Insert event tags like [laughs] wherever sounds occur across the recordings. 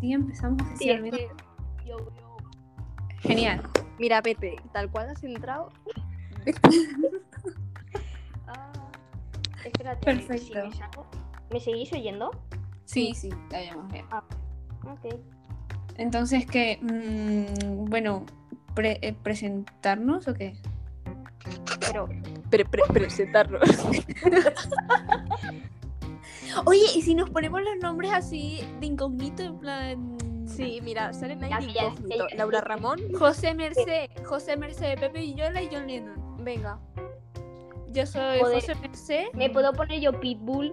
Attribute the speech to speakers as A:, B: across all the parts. A: ti empezamos oficialmente.
B: yo,
A: Genial.
B: Mira, Pete, tal cual has entrado. Ah, espérate,
A: Perfecto.
B: si me saco- ¿Me seguís oyendo? Ah,
A: Sí, sí, la habíamos bien.
B: Ok.
A: Entonces, que, mm, bueno, pre- eh, ¿presentarnos o qué?
B: Pero,
C: Pre- pre- presentarnos.
A: Oye, ¿y si nos ponemos los nombres así de incógnito, en plan...
C: [laughs] Sí, mira, salen ahí
B: Ya,
C: de
B: ya, ya,
C: incógnito.
B: ya.
C: Laura Ramón,
A: José Merced, José Merced, Pepe Villola y John Lennon. Venga. Yo soy
B: Joder.
A: José Merced.
B: ¿me puedo poner yo Pitbull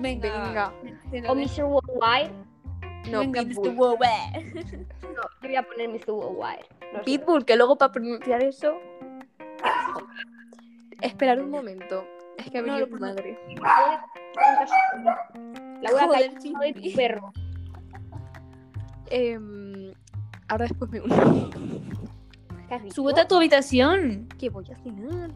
A: Venga.
C: venga.
A: Venga.
B: o Mr. Worldwide?
C: No,
A: Venga,
C: Pitbull.
A: Mr. Wowe.
B: No, yo voy a poner Mr. Worldwide. No sé.
C: Pitbull, que luego para pronunciar eso. Esperar un momento. Es que ha
A: No,
C: venido
A: lo
C: mi
A: pronun-
C: madre.
B: La voy a
A: Joder,
B: callar de tu perro.
C: Em, ahora después me uno. [laughs]
B: ¿Qué has dicho?
A: Súbete a tu habitación.
C: ¿Qué voy a cenar?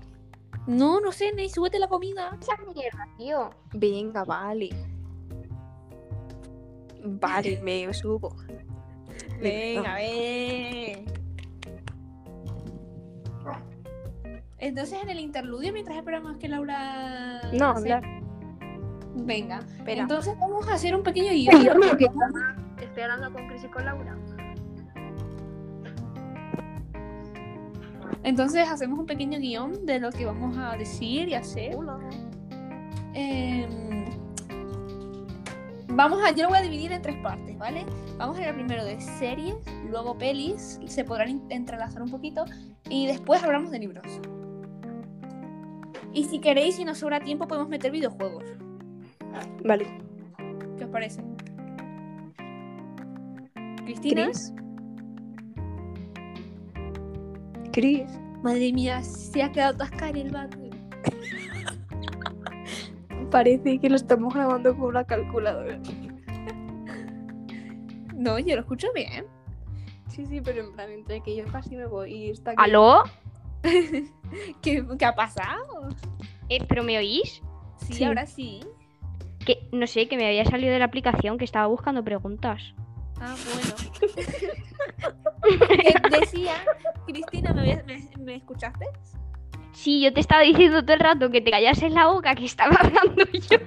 A: No, no sé, Ney, súbete la comida.
B: esa mierda, tío.
C: Venga, vale. [laughs] Vale, me subo. Venga,
A: ven. Entonces, en el interludio, mientras esperamos que Laura.
C: No,
A: se-
C: hablar.
A: Venga.
C: Espera.
A: Entonces, vamos a hacer un pequeño guión.
B: Estoy hablando con Chris y con Laura.
A: Entonces, hacemos un pequeño guión de lo que vamos a decir y hacer. Em, vamos a, yo lo voy a dividir en tres partes, ¿vale? Vamos a hablar primero de series, luego pelis, se podrán in- entrelazar un poquito, y después hablamos de libros. Y si queréis, si nos sobra tiempo, podemos meter videojuegos.
C: Vale.
A: ¿Qué os parece? Cristina.
C: Cris. Cris.
A: Madre mía, se ha quedado atascada en el barco.
C: Parece que lo estamos grabando con una calculadora.
A: No, yo lo escucho bien.
C: Sí, sí, pero en plan, entre que yo casi me voy y está que-
B: ¿Aló?
A: ¿Qué, qué ha pasado?
B: Eh, ¿Pero me oís?
A: Sí,
C: Sí.
A: ahora sí.
B: Que no sé, que me había salido de la aplicación que estaba buscando preguntas.
A: Ah, bueno. Que decía, Cristina, ¿me, habías- me, me escuchaste?
B: Sí, yo te estaba diciendo todo el rato que te callases la boca que estaba [laughs] hablando yo.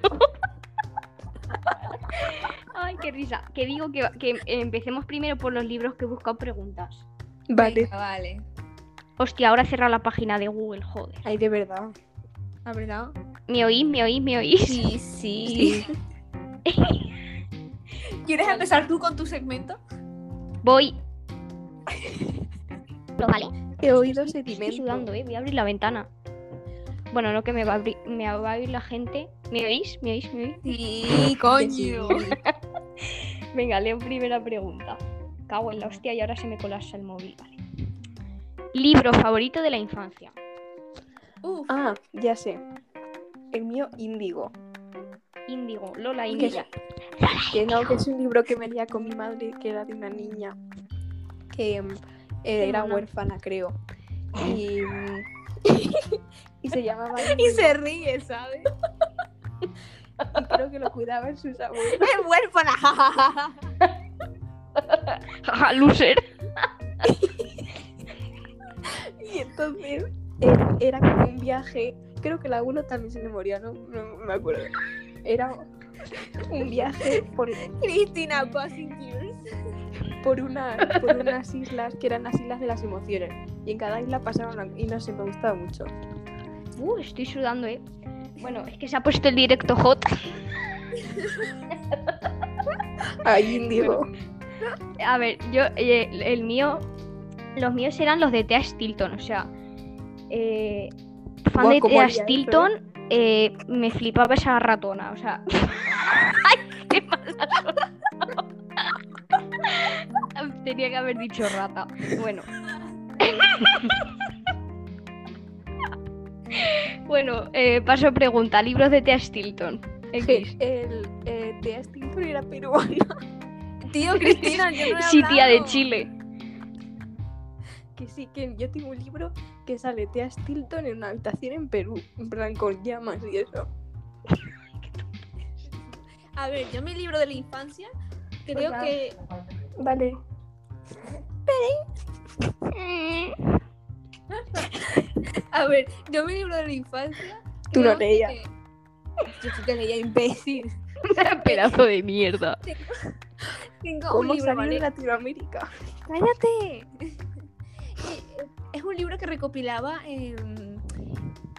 B: Ay, qué risa. Que digo que, que empecemos primero por los libros que he buscado preguntas.
C: Vale.
A: Venga, vale.
B: Hostia, ahora he cerrado la página de Google, joder.
C: Ay, de verdad.
A: ¿Ah, verdad?
B: ¿Me oís? ¿Me oís? ¿Me oís?
A: Sí, sí. [laughs] ¿Quieres empezar tú con tu segmento?
B: Voy. Pero vale.
C: He oído
B: Estoy
C: sedimentos.
B: sudando, eh. Voy a abrir la ventana. Bueno, no que me va a abrir, me va a oír la gente. ¿Me oís? ¿Me oís? ¿Me oís?
A: Sí, coño.
B: Venga, leo primera pregunta. Cago en la hostia y ahora se me colapsa el móvil, vale. Libro favorito de la infancia.
A: Uf,
C: Ah, ya sé. El mío, Índigo.
B: Índigo, Lola
C: Que,
B: Índigo.
C: que no, que es un libro que me leía con mi madre, que era de una niña que em, eh, era
B: mono.
C: huérfana, [laughs] creo. Y, em, [laughs] y se llamaba
A: y
C: Índigo,
A: se ríe, ¿sabes?
C: y creo que lo cuidaban sus abuelos.
A: Es huérfana. [laughs]
B: Jaja, loser.
C: [laughs] Y entonces eh, era como un viaje. Creo que el abuelo también se le moría, ¿no? No me acuerdo. Era un viaje por,
A: Cristina Passing Tears.
C: por, una, por unas islas que eran las islas de las emociones. Y en cada isla pasaban una- y no sé, me gustaba mucho.
B: Uh, estoy sudando, eh. Bueno, es que se ha puesto el directo hot.
C: [laughs] Ahí Índigo.
B: A ver, yo, eh, el mío, los míos eran los de Tea Stilton, o sea, eh, fan
C: Buah,
B: de
C: cómo
B: Tea
C: haría eso, eh.
B: Stilton, eh, me flipaba esa ratona, o sea, [laughs] ¡ay, qué mala [laughs] soy! Tenía que haber dicho rata. Bueno. [laughs] bueno, eh, paso pregunta. Libros de Tea Stilton. X.
C: El, el eh, Tea Stinson era peruano. [laughs]
A: Tío, Cristina, yo no he
B: Sí, tía de
A: hablado.
B: Chile.
C: Que sí, que yo tengo un libro que sale Tea Stilton en una habitación en Perú, en plan con llamas y eso.
A: A ver, yo mi libro de la infancia creo que
C: Vale.
A: A ver, yo mi libro de la infancia.
C: Tú no
A: creo
C: leías.
A: que- Yo sí que leía, imbécil.
B: [laughs] Pedazo de mierda.
A: Tengo un
C: ¿Cómo
A: libro,
C: salir
A: ¿vale?
C: de Latinoamérica?
A: ¡Cállate! [laughs] es un libro que recopilaba em,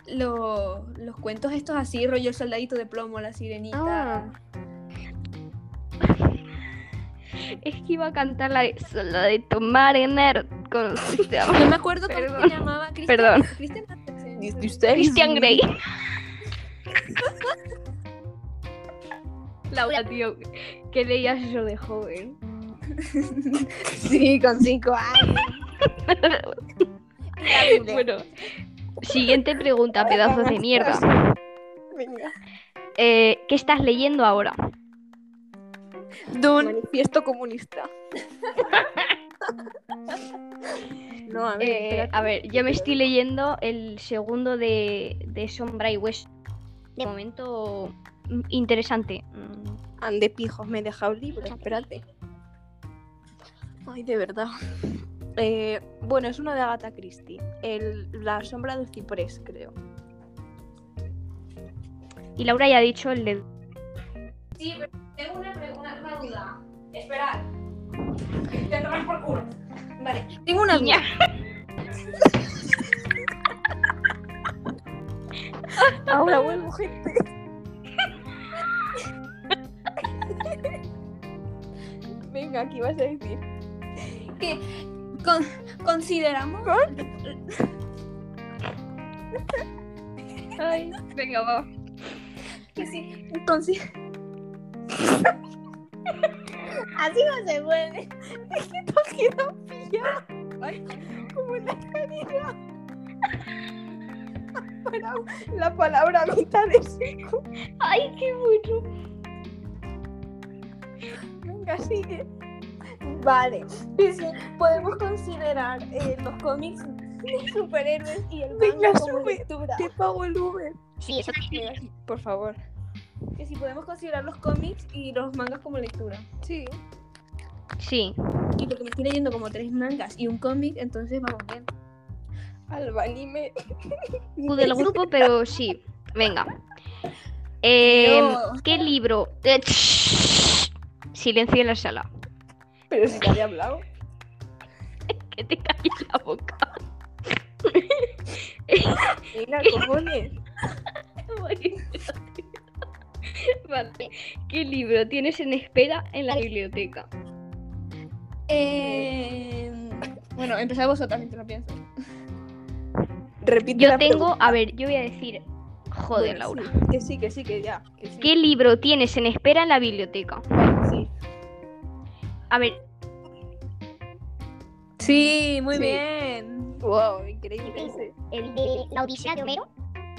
A: lo- los cuentos estos así, rollo el soldadito de plomo, la sirenita.
C: Ah.
B: Es que iba a cantar la de Soldadito Mariner con [laughs]
A: No me acuerdo cómo
B: Perdón.
A: se
C: [laughs]
A: llamaba. Christian-
B: Perdón.
A: Christian Andersen. [laughs]
B: Christian Grey. [laughs] Laura, tío, ¿qué leías eso de joven?
C: Sí, con cinco años. [laughs]
B: bueno, siguiente pregunta, pedazos de mierda.
C: Venga.
B: Eh, ¿Qué estás leyendo ahora?
A: Dune.
C: Manifiesto comunista. [laughs] no, a ver,
B: Eh,
C: espérate.
B: a ver, yo me estoy leyendo el segundo de, de Sombra y Hueso. De momento mm, interesante. Mm,
C: Ande pijos, me he dejado el libro, espérate. Ay, de verdad. Eh, bueno, es uno de Agatha Christie. El, la sombra del ciprés, creo.
B: Y Laura ya ha dicho el de...
A: Sí, pero tengo una, pre- una, una duda. Esperad. Te tomas por culo. Vale, tengo una duda.
B: Niña.
C: Ahora vuelvo, gente. [laughs] Venga, ¿qué ibas a decir?
A: Con- consideramos.
B: Ay, venga, va.
A: que sí, consi- Así no se puede.
C: Es que te has quedado pillado. como en la carrera. [laughs] Para la palabra mitad de seco.
B: Ay, qué bueno.
C: Venga, sigue. Vale. Sí, sí, podemos considerar eh, los cómics de superhéroes y el manga
A: Venga,
C: como
A: sube.
C: lectura. Te pago el Uber.
B: Sí, eso también.
C: Por favor.
A: Que si podemos considerar los cómics y los mangas como lectura.
C: Sí.
B: Sí.
A: Y porque me estoy leyendo como tres mangas y un cómic, entonces vamos bien.
C: Alba anime.
B: Tú del grupo, pero sí. Venga. Eh,
A: Dios.
B: ¿Qué libro? Eh, Silencio en la sala.
C: [laughs] Pero si te había hablado.
B: Que te calles la boca. [laughs]
C: Mira,
B: [laughs]
C: cojones.
B: Vale. ¿Qué libro tienes en espera en la biblioteca?
A: Eh, bueno, empezad vosotras mientras lo pienso.
C: Repite
B: Yo
C: la
B: tengo,
C: pregunta.
B: a ver, yo voy a decir, joder,
C: Bueno,
B: Laura.
C: sí, que sí, que sí, que ya. Que sí.
B: ¿Qué libro tienes en espera en la biblioteca?
C: Sí.
B: A ver,
A: Sí, muy
C: Sí.
A: bien.
C: Wow, increíble ese.
B: el de La Odisea de Homero.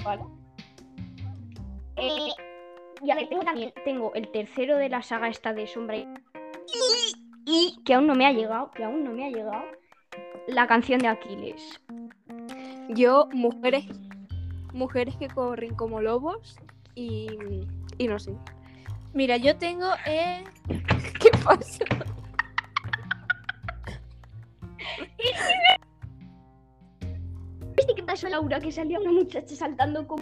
C: Vale.
B: Eh, y a ver, tengo también tengo el tercero de la saga esta de Sombra y... y que aún no me ha llegado, que aún no me ha llegado la canción de Aquiles.
C: Yo, mujeres, mujeres que corren como lobos y, y no sé. [laughs]
A: Mira, yo tengo. eh,
C: ¿Qué pasa?
B: ¿Viste qué pasó, Laura? Que salía una muchacha saltando [laughs] con...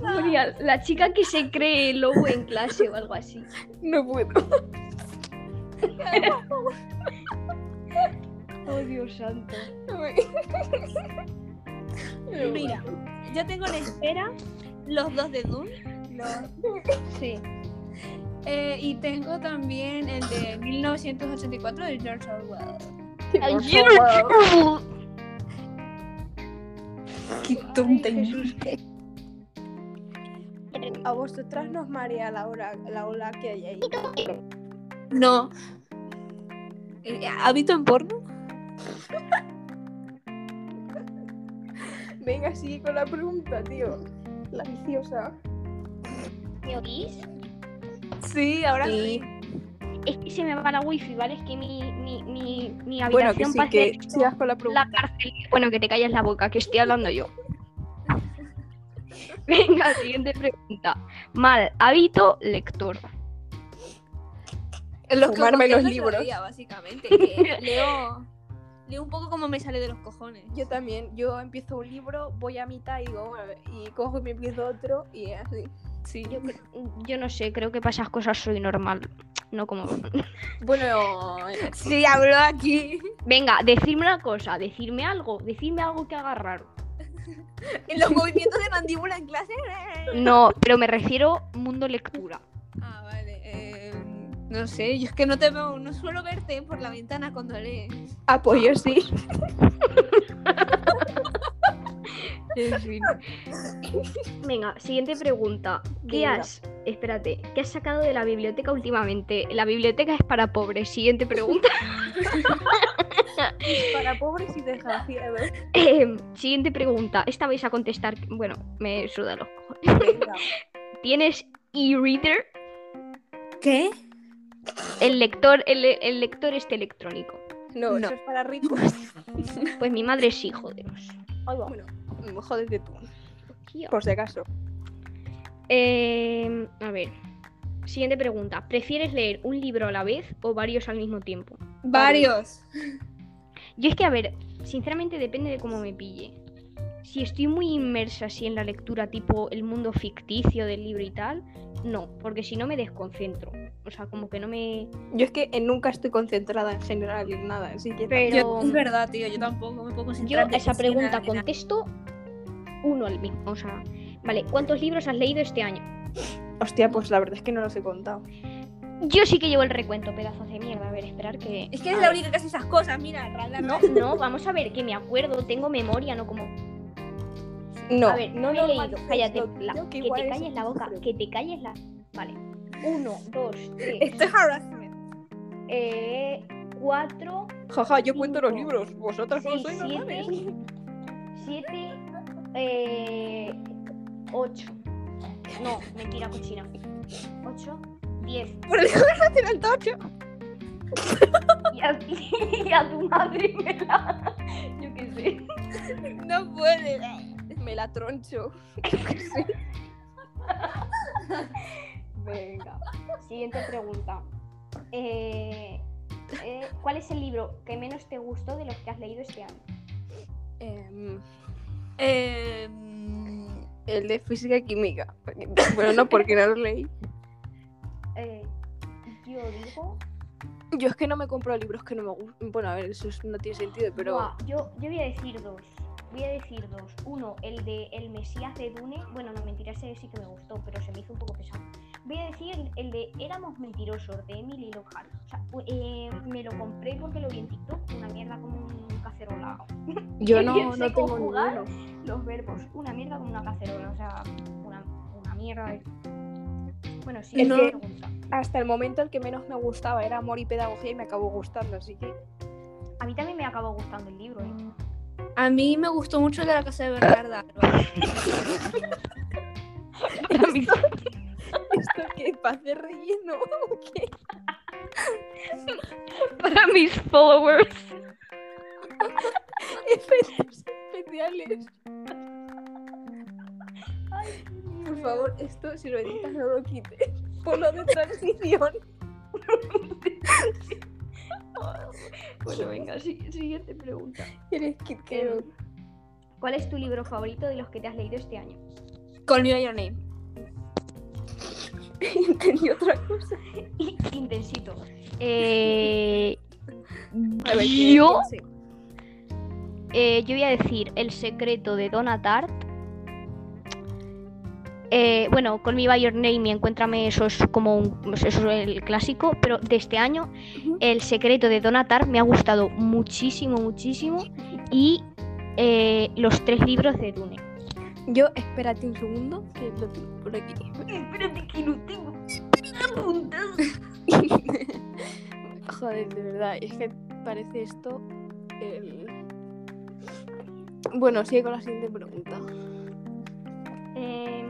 B: Muriel, la chica que se cree lobo en clase o algo así.
C: No [laughs] puedo.
B: Oh, Dios santo.
A: Mira, yo tengo en espera los dos de Dune. los-
B: Sí.
A: eh, y tengo también el de 1984 de George Orwell. Qué
B: tonta Jesús.
C: A vosotras nos marea la ola, la ola que hay ahí.
A: No. Eh, ¿Habito en porno?
C: Venga, sigue con la pregunta, tío. La viciosa.
B: ¿Me oís?
A: Sí, ahora
C: Sí.
A: sí.
B: Es que se me va la wifi, ¿vale? Es que mi, mi, mi, mi
C: Bueno,
B: habitación
C: que sí,
B: parece
C: que sigas con la pregunta. [laughs]
B: la cárcel. Bueno, que te calles la boca, que estoy hablando yo. Venga, siguiente pregunta. Mal hábito lector.
A: Los
C: Fumarme
A: que conté el
C: los
A: otro
C: libros.
A: día, básicamente. que [laughs] leo, leo un poco como me sale de los cojones.
C: Yo también, yo empiezo un libro, voy a mitad y digo, bueno, y cojo y me empiezo otro y así.
A: Sí.
B: Yo, cre- yo no sé, creo que para esas cosas soy normal. No como.
C: Bueno,
A: Sí, hablo aquí.
B: Venga, decirme una cosa, decirme algo, decirme algo que haga raro.
A: [laughs] En los movimientos de mandíbula en clase.
B: No, pero me refiero mundo lectura.
A: Ah, vale. eh, no sé, yo es que no te veo, no suelo verte por la ventana cuando lees.
C: apoyo sí.
B: En fin. [laughs] Venga, siguiente pregunta. ¿Qué
C: Venga.
B: has. Espérate, ¿qué has sacado de la biblioteca últimamente? La biblioteca es para pobres. Siguiente pregunta.
C: Para pobres y desgraciados. [laughs]
B: Em, siguiente pregunta. Esta vais a contestar. Bueno, me suda los cojones.
C: Venga.
B: ¿Tienes e-reader?
A: [laughs] ¿Qué?
B: El lector, el, el lector este electrónico.
C: No,
A: No.
C: eso es para ricos.
B: Pues mi madre sí, joderos.
C: [laughs] Ay, va. Bueno, mm, jódete tú,
B: Hostia.
C: por si acaso.
B: Em, a ver. Siguiente pregunta. ¿Prefieres leer un libro a la vez o varios al mismo tiempo?
A: Varios.
B: Yo es que, a ver, sinceramente depende de cómo me pille. Si estoy muy inmersa así en la lectura, tipo el mundo ficticio del libro y tal, no, porque si no me desconcentro. O sea, como que no me.
C: Yo es que eh, nunca estoy concentrada en general en nada, así que
B: Pero
A: Yo- es verdad, tío, yo tampoco me puedo
B: yo
A: concentrar.
B: a esa pregunta
A: conté
B: contesto uno al mismo. O sea, vale, ¿cuántos libros has leído este año?
C: Hostia, pues la verdad es que no los he contado.
B: Yo sí que llevo el recuento, pedazos de mierda. A ver, esperar
C: [laughs]
B: que.
A: Es que eres
B: a
A: la
B: ver.
A: única que hace esas cosas, mira, rala.
B: No, no, vamos a ver, que me acuerdo, tengo memoria, no como.
C: No,
B: a ver, no
C: no
B: he leído.
C: normalices
B: Cállate,
C: lo
B: la-
C: tuyo, que
B: que,
C: igual
B: te
C: es
B: calles la boca,
C: esquizofrenia.
B: que te calles la. Vale. Uno, dos, tres,
A: Esto es harassment.
B: eh, cuatro,
C: Jaja, yo cuento los
B: Cinco,
C: libros, vosotras no
B: seis,
C: sois
B: siete,
C: normales.
B: siete, eh, ocho. No, mentira, cochina. Ocho, diez.
C: [laughs]
A: Por el
C: Era el tocho.
B: Y a, y a tu madre me la. [laughs] Yo qué sé.
A: no puede.
C: Me la troncho.
B: Venga. Siguiente pregunta. Eh, eh, ¿Cuál es el libro que menos te gustó de los que has leído este año?
C: Em,
A: Eh,
C: el de física y química. Porque- [laughs] Bueno, no, porque no lo leí.
B: Eh, yo digo.
C: Yo es que no me compro libros que no me gustan. Bueno, a ver, eso es- no tiene sentido, pero.
B: Buah, yo, yo voy a decir dos. Voy a decir dos. Uno, el de El Mesías de Dune. Bueno, no, mentira, ese sí que me gustó, pero se me hizo un poco pesado. Voy a decir el de Éramos Mentirosos, de Emily Lockhart. O sea, u- eh, me lo compré porque lo vi en TikTok, una mierda como un cacerolao.
C: Yo
B: Yo
C: no,
B: sé
C: no tengo
B: conjugar.
C: ninguno.
B: Los verbos, una mierda como una cacerola, o sea, una, una mierda. de- Bueno, sí,
C: Es
B: no
C: que-
B: me gusta.
C: Hasta el momento el que menos me gustaba era amor y pedagogía y me acabó gustando, así que.
B: A mí también me acabó gustando el libro, ¿eh?
A: a mí me gustó mucho el de la casa de Bernarda. Alba.
C: ¿Esto qué? ¿Para hacer relleno? ¿O qué?
B: Para mis followers.
C: Efectos especiales. Por favor, esto si lo editas no lo quites. Por lo de transición.
B: Bueno, venga, sí- siguiente pregunta.
C: Eres Kit
B: Em.
C: Kat.
B: ¿Cuál es tu libro favorito de los que te has leído este año?
A: Call me by your name.
C: Entendí otra cosa.
B: [laughs] Intensito. Eh,
C: A ver, ¿qué-
B: yo,
C: qué sé?
B: eh, yo voy a decir El secreto de Donna Tart. Eh, bueno, con mi By Your Name y Encuéntrame, eso es como un, no sé, eso es el clásico, pero de este año,
C: Ujú.
B: El secreto de Donna Tart me ha gustado muchísimo, muchísimo. Y eh, los tres libros de Dune.
C: Yo, espérate un segundo, que lo tengo por aquí.
B: Espérate que no tengo apuntado.
C: [laughs] Joder, de verdad, es que parece esto el... Bueno, sigue con la siguiente pregunta.
B: Eh,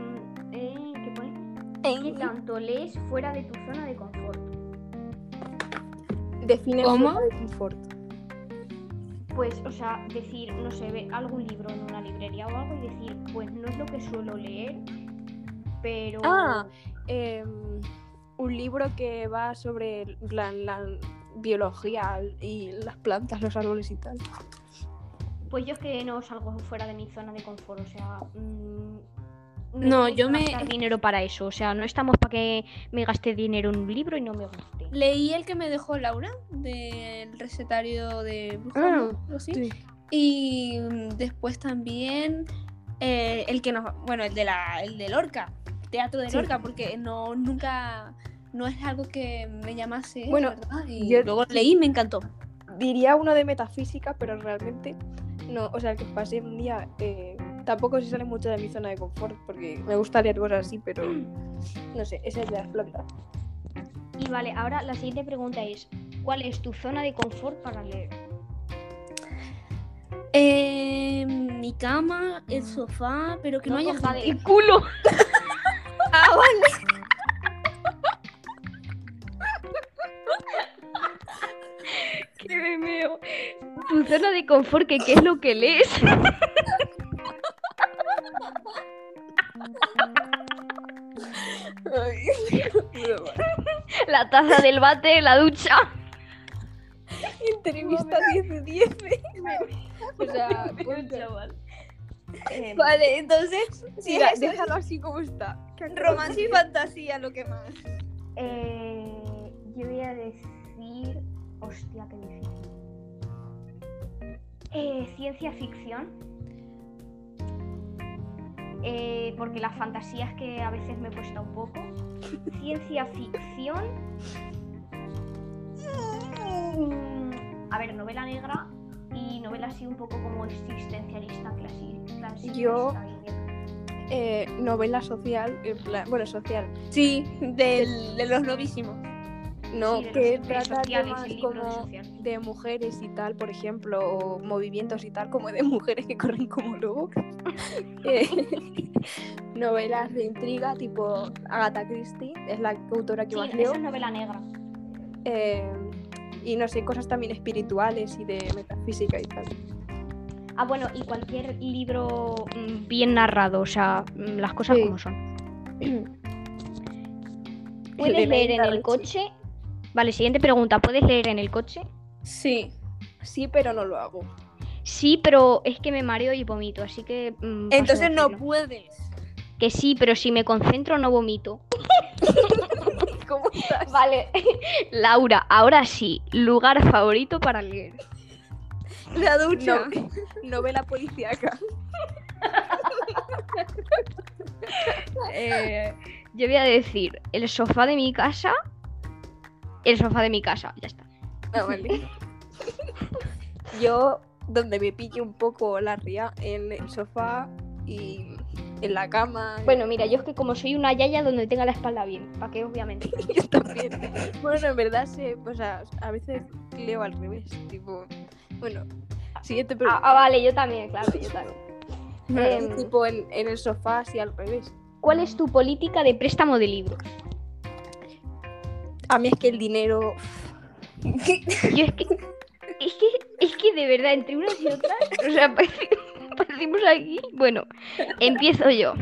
B: eh, ¿Qué pone? ¿Qué tanto lees fuera de tu zona de confort?
C: Define
A: ¿Cómo?
C: zona de confort.
B: pues, o sea, decir, no sé, ver algún libro en una librería o algo y decir, pues no es lo que suelo leer, pero...
C: Ah, em, un libro que va sobre en plan, la, biología y las plantas, los árboles y tal.
B: Pues yo es que no salgo fuera de mi zona de confort, o sea... mm,
A: No,
B: estoy
A: yo
B: para
A: me-
B: gastar dinero para eso, o sea, no estamos para que me gaste dinero en un libro y no me guste.
A: Leí el que me dejó Laura del recetario de brujas,
C: Ah,
A: ¿no? Algo así. Y mm, después también eh, el que nos. Bueno, el de la. el de Lorca. Teatro de
C: Sí.
A: Lorca, porque no, nunca. No es algo que me llamase. la
C: Bueno,
A: ¿verdad? y
C: yo-
A: luego leí y me encantó.
C: Diría uno de metafísica, pero realmente no. O sea, que pasé un día. eh, tampoco se sale mucho de mi zona de confort porque me gusta leer cosas así, pero no sé, esa es de las plantas.
B: Y vale, ahora la siguiente pregunta es, ¿cuál es tu zona de confort para leer?
A: Eh, mi cama, el sofá, pero que no, haya
B: coja
A: gente. [laughs]
B: de- culo!
A: Ah, vale.
B: [laughs] ¡Qué memeo! Tu zona de confort, que qué es lo que lees.
C: [laughs]
B: La taza del bate, la ducha.
C: Entrevista 10 de 10. o sea,
A: [laughs]
C: ponte- [laughs] eh,
A: Vale, entonces, si
C: mira,
A: es eso,
C: déjalo así como está.
A: romance y fantasía, lo que más.
B: Eh, yo voy a decir... Hostia, qué difícil. Eh, ciencia ficción. Eh, porque las fantasías que a veces me cuesta un poco. Ciencia ficción. Mm, A ver, novela negra y novela así un poco como existencialista clasi- clasicista.
C: Yo-
B: y de-
C: Eh, novela social, en plan- bueno, social.
A: Sí, del, de los novísimos.
C: No,
B: sí, de
C: que
B: los hombres
C: trata
B: sociales
C: temas
B: y libros
C: como
B: sociales.
C: de mujeres y tal, por ejemplo, o movimientos y tal, como de [laughs] mujeres que corren como lobos. [laughs] Eh, [laughs] novelas de intriga tipo Agatha Christie, es la autora que
B: Sí,
C: más leo.
B: eso es novela negra.
C: Eh, y no sé, cosas también espirituales y de metafísica y tal.
B: Ah, bueno, y cualquier libro mm, bien narrado, o sea, mm, las cosas
C: Sí.
B: como
C: [clears throat]
B: son. ¿Puedes leer en el coche? Vale, siguiente pregunta. ¿Puedes leer en el coche?
A: Sí.
C: Sí, pero no lo hago.
B: Sí, pero es que me mareo y vomito, así que... mm, paso de
A: Entonces no
B: decirlo.
A: puedes.
B: Que sí, pero si me concentro no vomito.
C: [laughs] ¿Cómo estás?
B: Vale. [laughs] Laura, ahora sí, lugar favorito para leer.
A: La
C: No- [laughs] novela policíaca.
B: Eh, yo voy a decir, el sofá de mi casa. El sofá de mi casa, ya está.
C: Ah, vale. [laughs] Yo, donde me pille un poco la ría, en el sofá y en la cama.
B: Bueno, mira, yo es que como soy una yaya donde tenga la espalda bien, ¿para qué obviamente?
C: yo también. [laughs] Bueno, en verdad, se, o sea, a veces leo al revés. Tipo, bueno, siguiente
B: Ah,
C: pregunta.
B: ah, vale, yo también, claro, yo también.
C: Eh,
B: em.
C: tipo, en, en el sofá, así al revés.
B: ¿Cuál es tu política de préstamo de libros?
C: A mí es que el dinero.
B: Yo es que, es que, es que de verdad, entre unas y otras, o sea, [laughs] parece- parecimos aquí. Bueno, empiezo yo.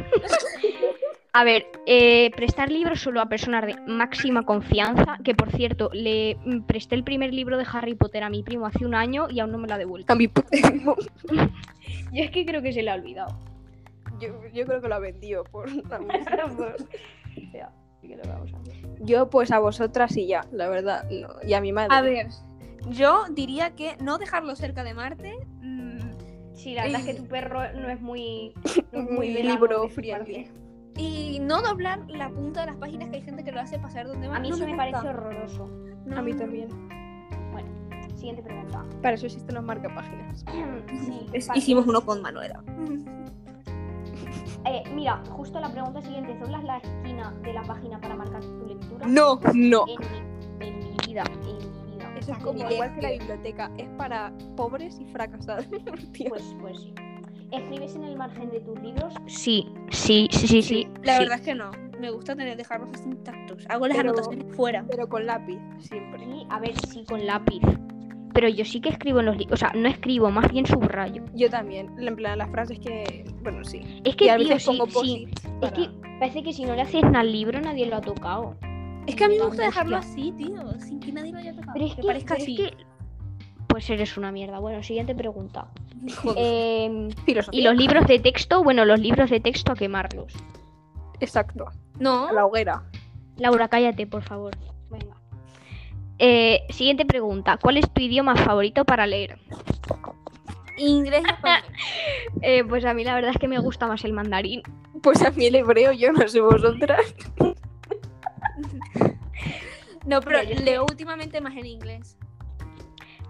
B: A ver, eh, prestar libros solo a personas de máxima confianza, que por cierto, le mm, presté el primer libro de Harry Potter a mi primo hace un año y aún no me lo ha devuelto.
C: A mi puta-
B: Yo es que creo que se le ha olvidado. [laughs]
C: yo, yo creo que lo ha vendido por
B: Ya, ¿qué le vamos a hacer?
C: Yo, pues a vosotras y ya, la verdad. no, Y a mi madre.
A: A ver, yo diría que no dejarlo cerca de Marte. mm,
B: Sí, la verdad es que tu perro no es muy. no es
C: Em, Muy
B: vegano
C: libro
B: de su
C: friendly.
B: parte.
A: Y no doblar la punta de las páginas que hay gente que lo hace pasar donde va.
B: A mí
A: No
B: eso me
A: gusta.
B: parece horroroso.
A: No,
C: A mí
A: no, no.
C: también.
B: Siguiente [clears throat] pregunta.
C: Para eso existen los marcapáginas.
B: Sí,
A: Es-
B: vale.
A: Hicimos uno con Manuela. Mm.
B: Eh, mira, justo la pregunta siguiente. ¿Doblas la esquina de la página para marcar tu lectura?
A: No, no.
B: En mi, en mi vida, en mi vida.
C: Eso es
A: Ni
C: como
A: que-
C: igual que la biblioteca, es para pobres y fracasados. [laughs] tío.
B: Pues, pues sí. ¿Escribes en el margen de tus libros? Sí, sí, sí, sí, sí.
A: La verdad es que no. Me gusta tener dejarlos así intactos. Hago las
C: Pero-
A: anotaciones fuera.
C: Pero con lápiz, siempre.
B: Y a ver si con lápiz. pero yo sí que escribo en los libros, o sea, no escribo, más bien subrayo.
C: Yo también, en plan, las frases que, bueno, sí.
B: Es
C: Y
B: que,
C: a
B: tío,
C: veces
B: sí,
C: pongo
B: sí.
C: post-its
B: Es
C: para-
B: que parece que si no le haces nada al libro, nadie lo ha tocado.
A: Es que a mí me gusta
B: Angustia.
A: dejarlo así, tío, sin que nadie lo haya tocado.
B: Pero es que,
A: parezca
B: pero es
A: así.
B: que- Pues eres una mierda. Bueno, siguiente pregunta.
C: Joder.
B: Em,
C: Filosofía.
B: y los libros de texto, bueno, los libros de texto a quemarlos.
C: Exacto.
A: No,
C: A la hoguera.
B: Laura, cállate, por favor. Venga. Eh, siguiente pregunta. ¿Cuál es tu idioma favorito para leer?
A: [laughs] inglés y español.
B: Eh, pues a mí la verdad es que me gusta más el mandarín.
C: Pues a mí el hebreo, yo no sé vosotras.
A: No, pero
B: Mira, yo
A: leo últimamente más en inglés.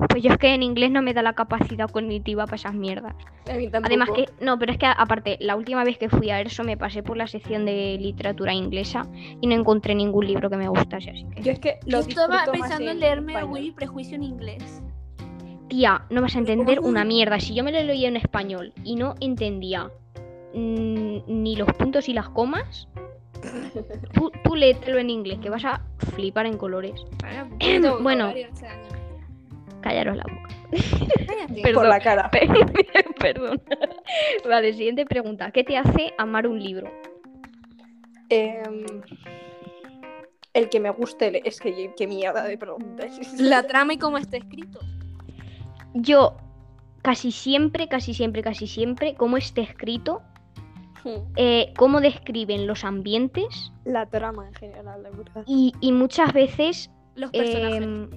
B: Pues yo es que en inglés no me da la capacidad cognitiva para esas mierdas.
C: A mí tampoco.
B: Además que, no, pero es que a- aparte, la última vez que fui a ERSO me pasé por la sección de literatura inglesa y no encontré ningún libro que me gustase, así que...
C: Yo es que lo
A: Yo estaba
C: disfruto más
A: pensando en leerme
C: español.
A: Orgullo y Prejuicio en inglés.
B: Tía, no vas a
A: Pero ¿cómo
B: entender
A: haces?
B: una mierda. Si yo me lo leía en español y no entendía mm, ni los puntos y las comas, tú, tú léetelo en inglés, que vas a flipar en colores.
A: Para, [clears throat]
B: Bueno.
A: vocabulario, o sea, no.
B: Callaros la boca.
A: Cállate.
B: Pero-
C: Por la cara.
B: Perdón. Vale, siguiente pregunta. ¿Qué te hace amar un libro?
C: Em, el que me guste le- es que qué mierda de preguntas.
A: La trama y cómo está escrito.
B: Yo casi siempre, casi siempre, casi siempre, cómo esté escrito, eh, cómo describen los ambientes
C: [laughs] La trama en general, la verdad.
B: y, y muchas veces
A: Los personajes.
B: Em,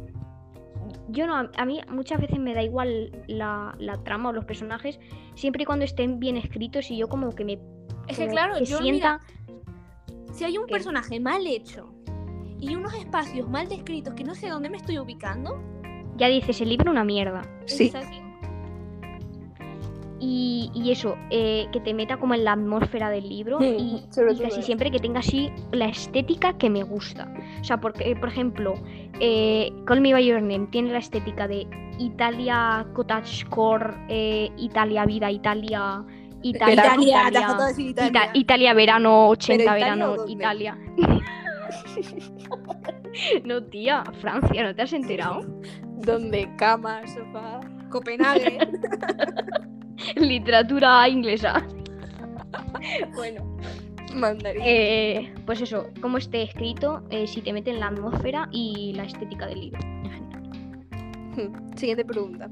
B: yo no, a, a mí muchas veces me da igual la, la trama o los personajes, siempre y cuando estén bien escritos y yo como que me
A: es que
B: como
A: claro,
B: que
A: yo mira,
B: sienta
A: si hay un
B: ¿Qué?
A: personaje mal hecho y unos espacios mal descritos que no sé dónde me estoy ubicando,
B: ya dices el libro una mierda.
C: Sí.
A: exacto.
B: Y, y eso, eh, que te meta como en la atmósfera del libro
C: Mm,
B: y,
C: sobre
B: y
C: todo
B: casi
C: eso.
B: siempre que tenga así la estética que me gusta. O sea, porque, por ejemplo, eh, Call Me By Your Name tiene la estética de Italia cottagecore, eh, Italia vida, Italia... Italia,
A: Italia, te
B: Italia.
A: acabo de decir Italia.
B: Ita- Italia verano, 80
C: ¿Pero Italia o
B: verano,
C: dónde?
B: Italia. [laughs] no, tía, Francia, ¿no te has enterado?
C: Donde cama, sofá.
A: Copenhague.
B: Literatura inglesa.
C: Bueno. Mandarín.
B: Eh, pues eso, cómo esté escrito, eh, si te meten la atmósfera y la estética del libro. [clears throat]
C: Hmm. Siguiente pregunta.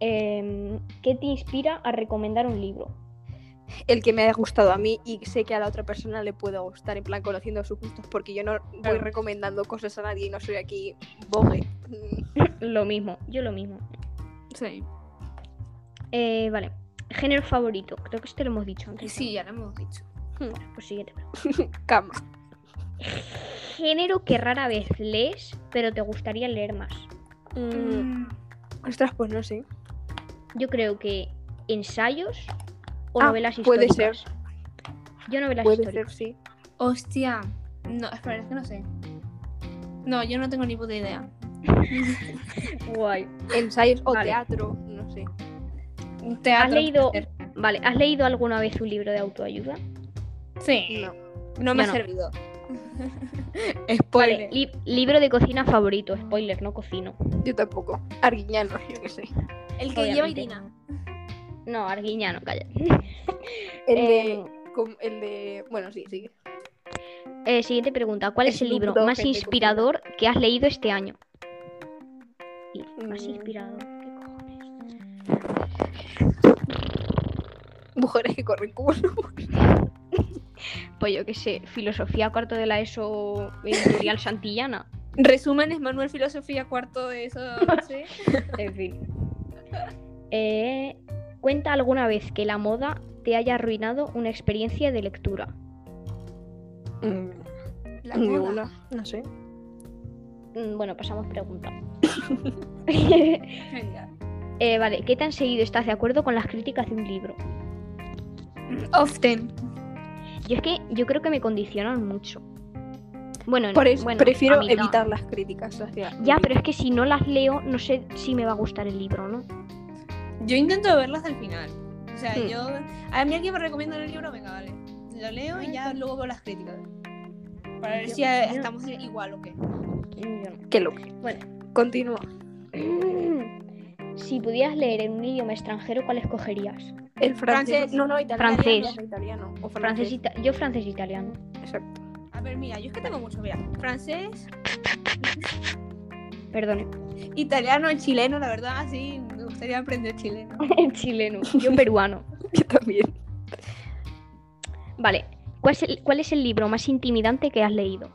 B: Em, ¿Qué te inspira a recomendar un libro?
C: El que me haya gustado a mí y sé que a la otra persona le pueda gustar, en plan conociendo sus gustos, porque yo no voy
B: Claro.
C: recomendando cosas a nadie y no soy aquí boge. Mm.
B: Lo mismo, yo lo mismo.
A: sí.
B: Eh, vale, género favorito, creo que este lo hemos dicho antes.
A: Sí, ya lo hemos dicho.
B: ¿no? Pues siguiente.
C: Cama.
B: Género que rara vez lees, pero te gustaría leer más.
C: Mm. Ostras, pues no sé.
B: Yo creo que ensayos o
C: Ah,
B: novelas
C: puede
B: históricas. Yo novelas
C: Puede ser,
B: históricas.
C: sí.
A: Hostia. No, espera, es que no sé. No, yo no tengo ni puta idea.
B: Guay.
C: Ensayos o
B: Vale.
C: teatro, no sé.
A: Teatro,
B: ¿Has leído,
A: Ah, puede ser.
B: vale, ¿has leído alguna vez un libro de autoayuda?
A: Sí.
C: No.
A: No me
B: Yo no.
A: ha [laughs] servido.
B: Vale,
C: Spoiler.
B: li- libro de cocina favorito, spoiler, no cocino.
C: Yo tampoco. Arguiñano, yo qué sé.
A: El que lleva
B: Obviamente.
A: Irina.
B: No, Arguiñano,
C: [laughs]
B: calla.
C: El
B: Eh,
C: de. com- el de- Bueno, sí, sí.
B: eh, siguiente pregunta, ¿cuál es,
C: Es
B: el
C: un
B: libro
C: puto
B: más
C: ojete,
B: inspirador que has leído este año? Sí, Más
C: Mm.
B: inspirador, ¿qué cojones?
C: Mujeres que corren como lobos.
B: Pues yo qué sé, filosofía cuarto de la ESO editorial Santillana.
A: Resúmenes, Manuel Filosofía, cuarto de
B: [laughs]
A: eso, no sé.
B: En fin.
C: [laughs]
B: Eh, ¿Cuenta alguna vez que la moda te haya arruinado una experiencia de lectura?
C: [laughs]
A: La moda.
C: Ninguna. No sé.
B: Mm, Bueno, pasamos
C: [laughs]
B: pregunta.
A: Genial.
B: Eh, vale, ¿qué tan seguido estás de acuerdo con las críticas de un libro?
A: Often.
B: Yo es que yo creo que me condicionan mucho. Bueno, no,
C: Por eso
B: bueno, a
C: prefiero
B: mí no.
C: evitar las críticas hacia.
B: Ya, pero es que si no las leo, no sé si me va a gustar el libro o no. [clears throat]
A: Yo intento verlas al final. O sea,
C: Hmm.
A: yo. A mí alguien me recomienda el libro, venga, vale. Lo leo y ya luego veo las críticas. Para ver
B: Yo-
A: si eh,
B: yo-
A: estamos igual o qué.
B: Mm, yo no.
C: Que lo
B: Bueno,
C: Continúa.
B: Si pudieras leer en un idioma extranjero, ¿cuál escogerías?
C: El francés.
A: Francés.
C: No, no, italiano.
B: Francés.
C: no, italiano. O
B: Francés,
C: francés.
B: ita- yo francés italiano.
C: Exacto. [laughs]
A: A ver, mira, yo es que tengo mucho, mira, francés,
B: Perdón, [laughs]
A: italiano, chileno, la verdad, sí, me gustaría aprender chileno.
B: chileno.
C: [laughs]
B: Yo peruano.
C: Yo también.
B: Vale. ¿Cuál es, el, ¿Cuál es el libro más intimidante que has leído?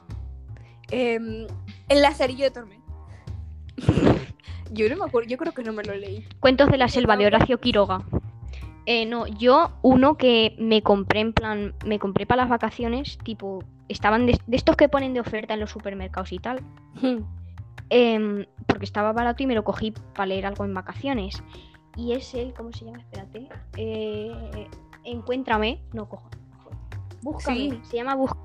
C: Em, el lazarillo de Tormen. yo no me acuerdo, yo creo que no me lo leí.
B: Cuentos de la selva de Horacio Quiroga. Eh, no, yo uno que me compré en plan, me compré para las vacaciones, tipo, estaban de, de estos que ponen de oferta en los supermercados y tal,
A: Hmm.
B: em, porque estaba barato y me lo cogí para leer algo en vacaciones. Y es el, ¿cómo se llama? Espérate. Eh, encuéntrame, no cojo. Búscame,
A: Sí.
B: se llama Búscame.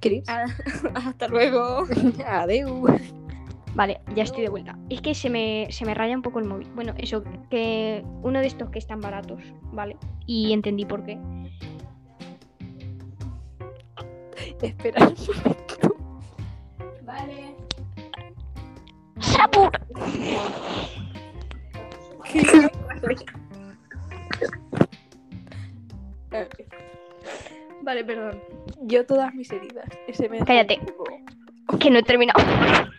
C: Chris.
A: Ah, [laughs] Hasta luego.
C: [laughs] Adeu.
B: Vale, ya estoy de vuelta. Es que se me, se me raya un poco el móvil. Bueno, eso, que uno de estos que están baratos, ¿vale? Y entendí por qué.
C: Espera.
A: Vale.
B: ¡Sabur!
C: Vale, perdón. Yo todas mis heridas. Ese me
B: Cállate. Que no he terminado. [laughs]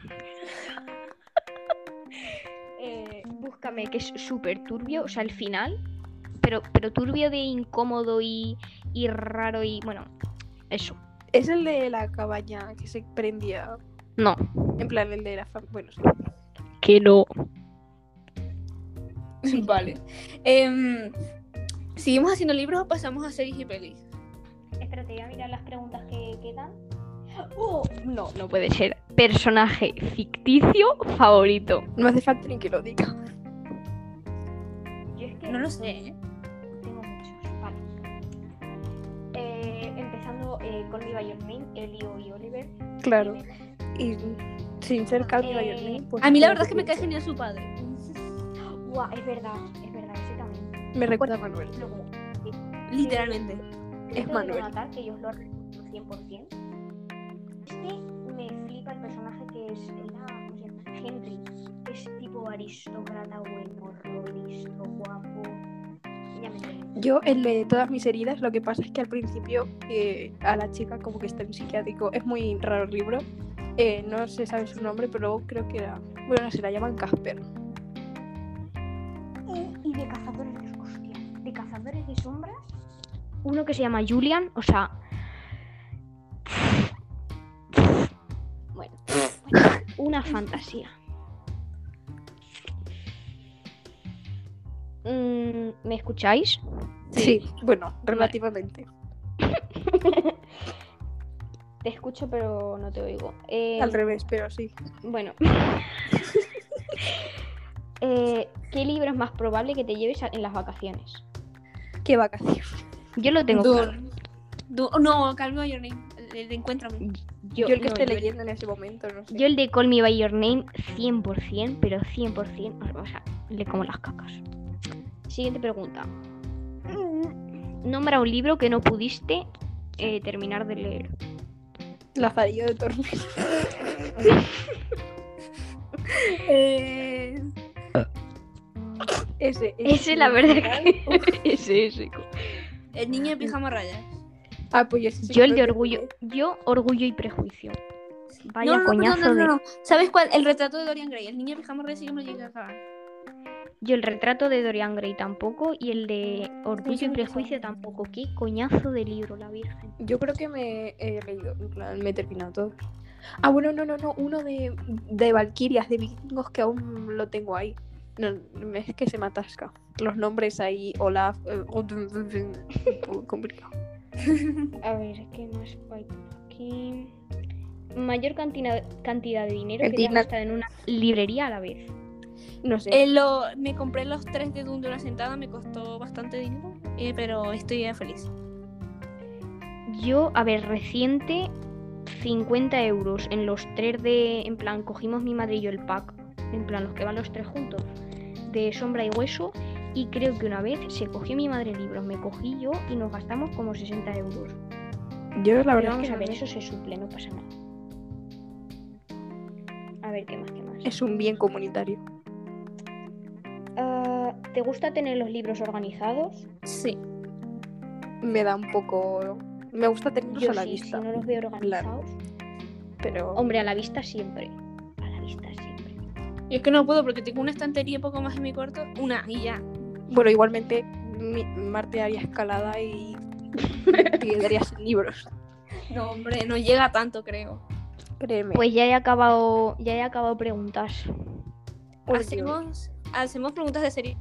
B: Eh, búscame, que es súper turbio, o sea, el final. Pero, pero turbio de incómodo y, y raro y. Bueno, eso.
C: Es el de la cabaña que se prendía.
B: No,
C: En plan, el de la fam- Bueno, sí.
B: que no.
A: [laughs] Vale. Em, ¿Seguimos haciendo libros o pasamos a series y pelis?
B: Espérate, voy a mirar las preguntas que quedan. no, no puede ser. Personaje ficticio favorito.
C: No hace falta ni que lo diga.
B: Yo es que
A: No lo sé, ¿eh?
B: Tengo muchos, vale. Eh, empezando eh, con mi By Your Name, Elio y Oliver.
C: Claro. Y sin ser Calvin
B: Eh,
C: Mayor Name, pues,
A: A mí la verdad es que me cae genial su padre.
B: Buah, es verdad, es verdad, ese también.
C: Me recuerda a Manuel.
B: Luego,
A: Literalmente.
B: Reto de
C: Manuel.
B: Donatar, que ellos lo arreglan 100%. Este me flipa el personaje que es era, ¿cómo se llama? Henry. que Es tipo aristócrata, buen morro, listo, guapo. Ya me entiendes.
C: Yo, el de todas mis heridas, lo que pasa es que al principio eh, a la chica como que está en psiquiátrico. Es muy raro el libro. Eh, no se sabe su nombre, pero luego creo que era... Bueno, no se la llaman Casper.
B: y, y de cazadores de hostia, de cazadores de sombras. Uno que se llama Julian, o sea. Bueno, una fantasía. Mm, ¿Me escucháis? [laughs]
C: Sí, bueno, relativamente.
B: Te escucho, pero no te oigo. Eh,
C: Al revés, pero sí.
B: Bueno. [laughs] Eh, ¿Qué libro es más probable que te lleves a- en las vacaciones?
C: Qué vacaciones.
B: Yo lo tengo claro.
A: Dune. Dune- oh, No, Calma Your Name. El de Encuéntrame.
C: Yo, el que
B: no,
C: esté
B: yo-
C: leyendo en ese momento, no sé.
B: Yo el de Call Me By Your Name 100%, pero 100%, o sea, le como las cacas. Siguiente pregunta. Nombra un libro que no pudiste eh, terminar de [laughs] leer.
C: Lazarillo
B: [laughs]
C: de Tormes.
A: Eh,
C: Ese,
B: Ese, la verdad que... ese, ese.
A: el niño de pijama raya.
C: Ah, pues
B: [laughs]
C: yo sí
B: Yo el de
C: creo que
B: Orgullo... Yo, Orgullo y Prejuicio. Vaya
A: no, no, no,
B: coñazo
A: no, no, no,
B: de...
A: no. ¿Sabes cuál? El retrato de Dorian Gray. El niño de pijama raya sí que me lo llegué a acabar.
B: Yo el retrato de Dorian Gray tampoco y el de Orgullo
A: Ese
B: y
A: me lo
B: Prejuicio
A: sabía.
B: tampoco. Qué coñazo de libro, la virgen.
C: Yo creo que me he leído, en plan, me he terminado todo. Ah, bueno, no, no, no, uno de, de Valquirias, de vikingos que aún lo tengo ahí. No, es que se me atasca. Los nombres ahí, Olaf, eh, [laughs] complicado.
B: A ver, ¿qué más hay por aquí? Mayor cantina- cantidad de dinero que te has
C: Cantina.
B: gastado en una librería a la vez.
C: No sé.
A: Eh, lo, me compré los tres de Dune de una sentada, me costó bastante dinero, eh, pero estoy ya feliz.
B: Yo, a ver, reciente, 50 euros en los tres de. En plan, cogimos mi madre y yo el pack. En plan, los que van los tres juntos. De sombra y hueso. Y creo que una vez se cogió mi madre libros, me cogí yo y nos gastamos como 60 euros.
C: yo la
B: Pero
C: verdad
B: vamos a
C: que no
B: ver,
C: sé.
B: eso se suple, no pasa nada. A ver, ¿qué más, qué más?
C: Es un bien comunitario.
B: Ah, ¿Te gusta tener los libros organizados?
A: Sí.
C: Me da un poco. Me gusta tenerlos
B: Yo
C: a la
B: sí,
C: vista,
B: si no los veo
C: claro.
B: organizados.
C: pero.
B: Hombre, a la vista siempre. A la vista siempre.
A: Y es que no puedo porque tengo una estantería poco más en mi cuarto, una y ya.
C: Bueno, igualmente, mi- Marte haría escalada y. te quedaría sin libros.
A: No, hombre, no llega tanto, creo.
C: Créeme.
B: Pues ya he acabado, ya he acabado preguntas.
C: Por Dios,
A: hacemos, hacemos preguntas de serie.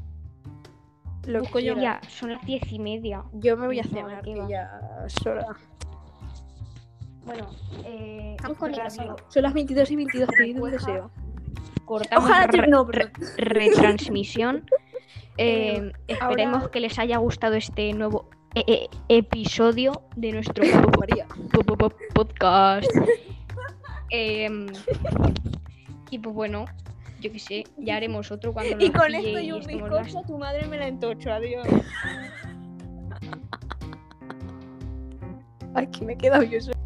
C: lo
A: busco yo.
C: quiera.
B: Ya, son las diez y media.
C: Yo me voy a
B: No,
C: cenar,
B: ¿qué
C: que
B: va?
C: ya es hora.
B: Bueno, eh,
A: Tampoco le
B: radio.
C: Son las 22 y 22, pedid un
A: Recuerda.
C: deseo.
B: cortamos
A: Ojalá
B: re-
A: te- no, pero-
C: [laughs]
B: retransmisión. Eh, esperemos
C: ahora-
B: que les haya gustado este nuevo e- e- episodio de nuestro po- po-
C: María.
B: po- po- po-
A: [laughs]
B: podcast. Em, y pues bueno, yo qué sé, ya haremos otro cuando
A: Y
B: nos
A: con
B: pille
A: esto y un
B: estemos
A: bizcocho,
B: más-
A: tu madre me la entocho, adiós.
C: Ay, que me he quedado yo sola.